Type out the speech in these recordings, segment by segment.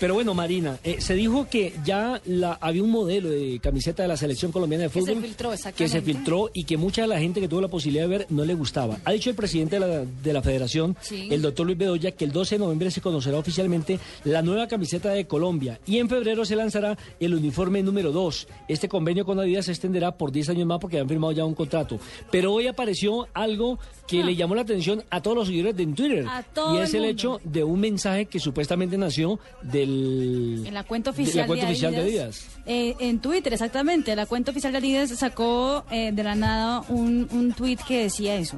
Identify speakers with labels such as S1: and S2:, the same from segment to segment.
S1: Pero bueno, Marina, eh, se dijo que ya la- había un modelo de camiseta de la selección colombiana de
S2: Que se
S1: fútbol
S2: filtró,
S1: que se
S2: exactamente.
S1: filtró y que mucha de la gente que tuvo la posibilidad de ver no le gustaba. Ha dicho el presidente de la, de la federación,
S2: Sí.
S1: el doctor Luis Bedoya, que el 12 de noviembre se conocerá oficialmente la nueva camiseta de Colombia y en febrero se lanzará el uniforme número 2. Este convenio con Adidas se extenderá por 10 años más porque han firmado ya un contrato. Pero hoy apareció algo
S2: Ah.
S1: que le llamó la atención a todos los seguidores de en Twitter
S2: A todo
S1: y es
S2: el
S1: el
S2: mundo.
S1: hecho de un mensaje que supuestamente nació del
S2: En la cuenta
S1: de la
S2: oficial,
S1: cuenta
S2: de,
S1: oficial de
S2: Adidas.
S1: Adidas.
S2: Eh, en Twitter, exactamente. La cuenta oficial de Adidas sacó eh, de la nada un, un tweet que decía eso.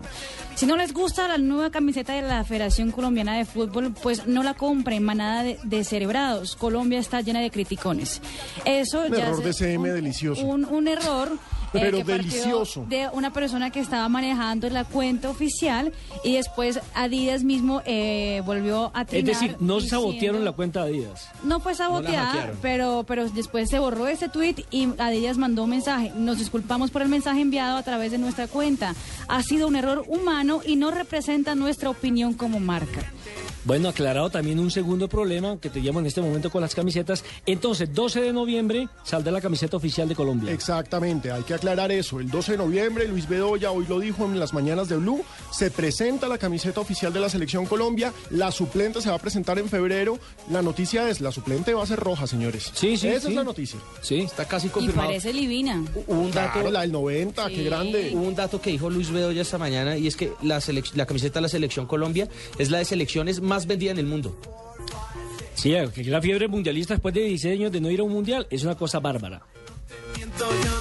S2: Si no les gusta la nueva camiseta de la Federación Colombiana de Fútbol, pues no la compren, manada de, de cerebrados. Colombia está llena de criticones. Eso
S3: Un
S2: ya
S3: error
S2: se-
S3: de CM delicioso.
S2: Un, un error. eh,
S3: Pero
S2: que partió
S3: delicioso.
S2: de una persona que estaba manejando la cuenta oficial y después Adidas mismo eh, volvió a
S1: Es
S2: trinar
S1: decir, no sabotearon
S2: diciendo-
S1: la cuenta de Adidas.
S2: no fue saboteada, pero, pero después se borró ese tweet y Adidas mandó un mensaje. Nos disculpamos por el mensaje enviado a través de nuestra cuenta. Ha sido un error humano y no representa nuestra opinión como marca.
S1: Bueno, aclarado también un segundo problema que te llamo en este momento con las camisetas. Entonces, 12 de noviembre saldrá la camiseta oficial de Colombia.
S3: Exactamente, hay que aclarar eso. El 12 de noviembre, Luis Bedoya hoy lo dijo en las mañanas de Blue, se presenta la camiseta oficial de la selección Colombia, la suplente se va a presentar en febrero. La noticia es, la suplente va a ser roja, señores.
S1: Sí, sí,
S3: Esa
S1: sí.
S3: es la noticia.
S1: Sí.
S4: Está casi
S2: Y
S4: confirmado.
S2: parece divina.
S4: Hubo un dato,
S3: Claro, la del 90, qué grande.
S4: hubo un dato que dijo Luis Bedoya esta mañana y es que la, selec- la camiseta de la selección Colombia es la de selecciones más vendida en el mundo.
S1: Sí, que la fiebre mundialista después de 16 años de no ir a un mundial es una cosa bárbara.
S5: siento, yo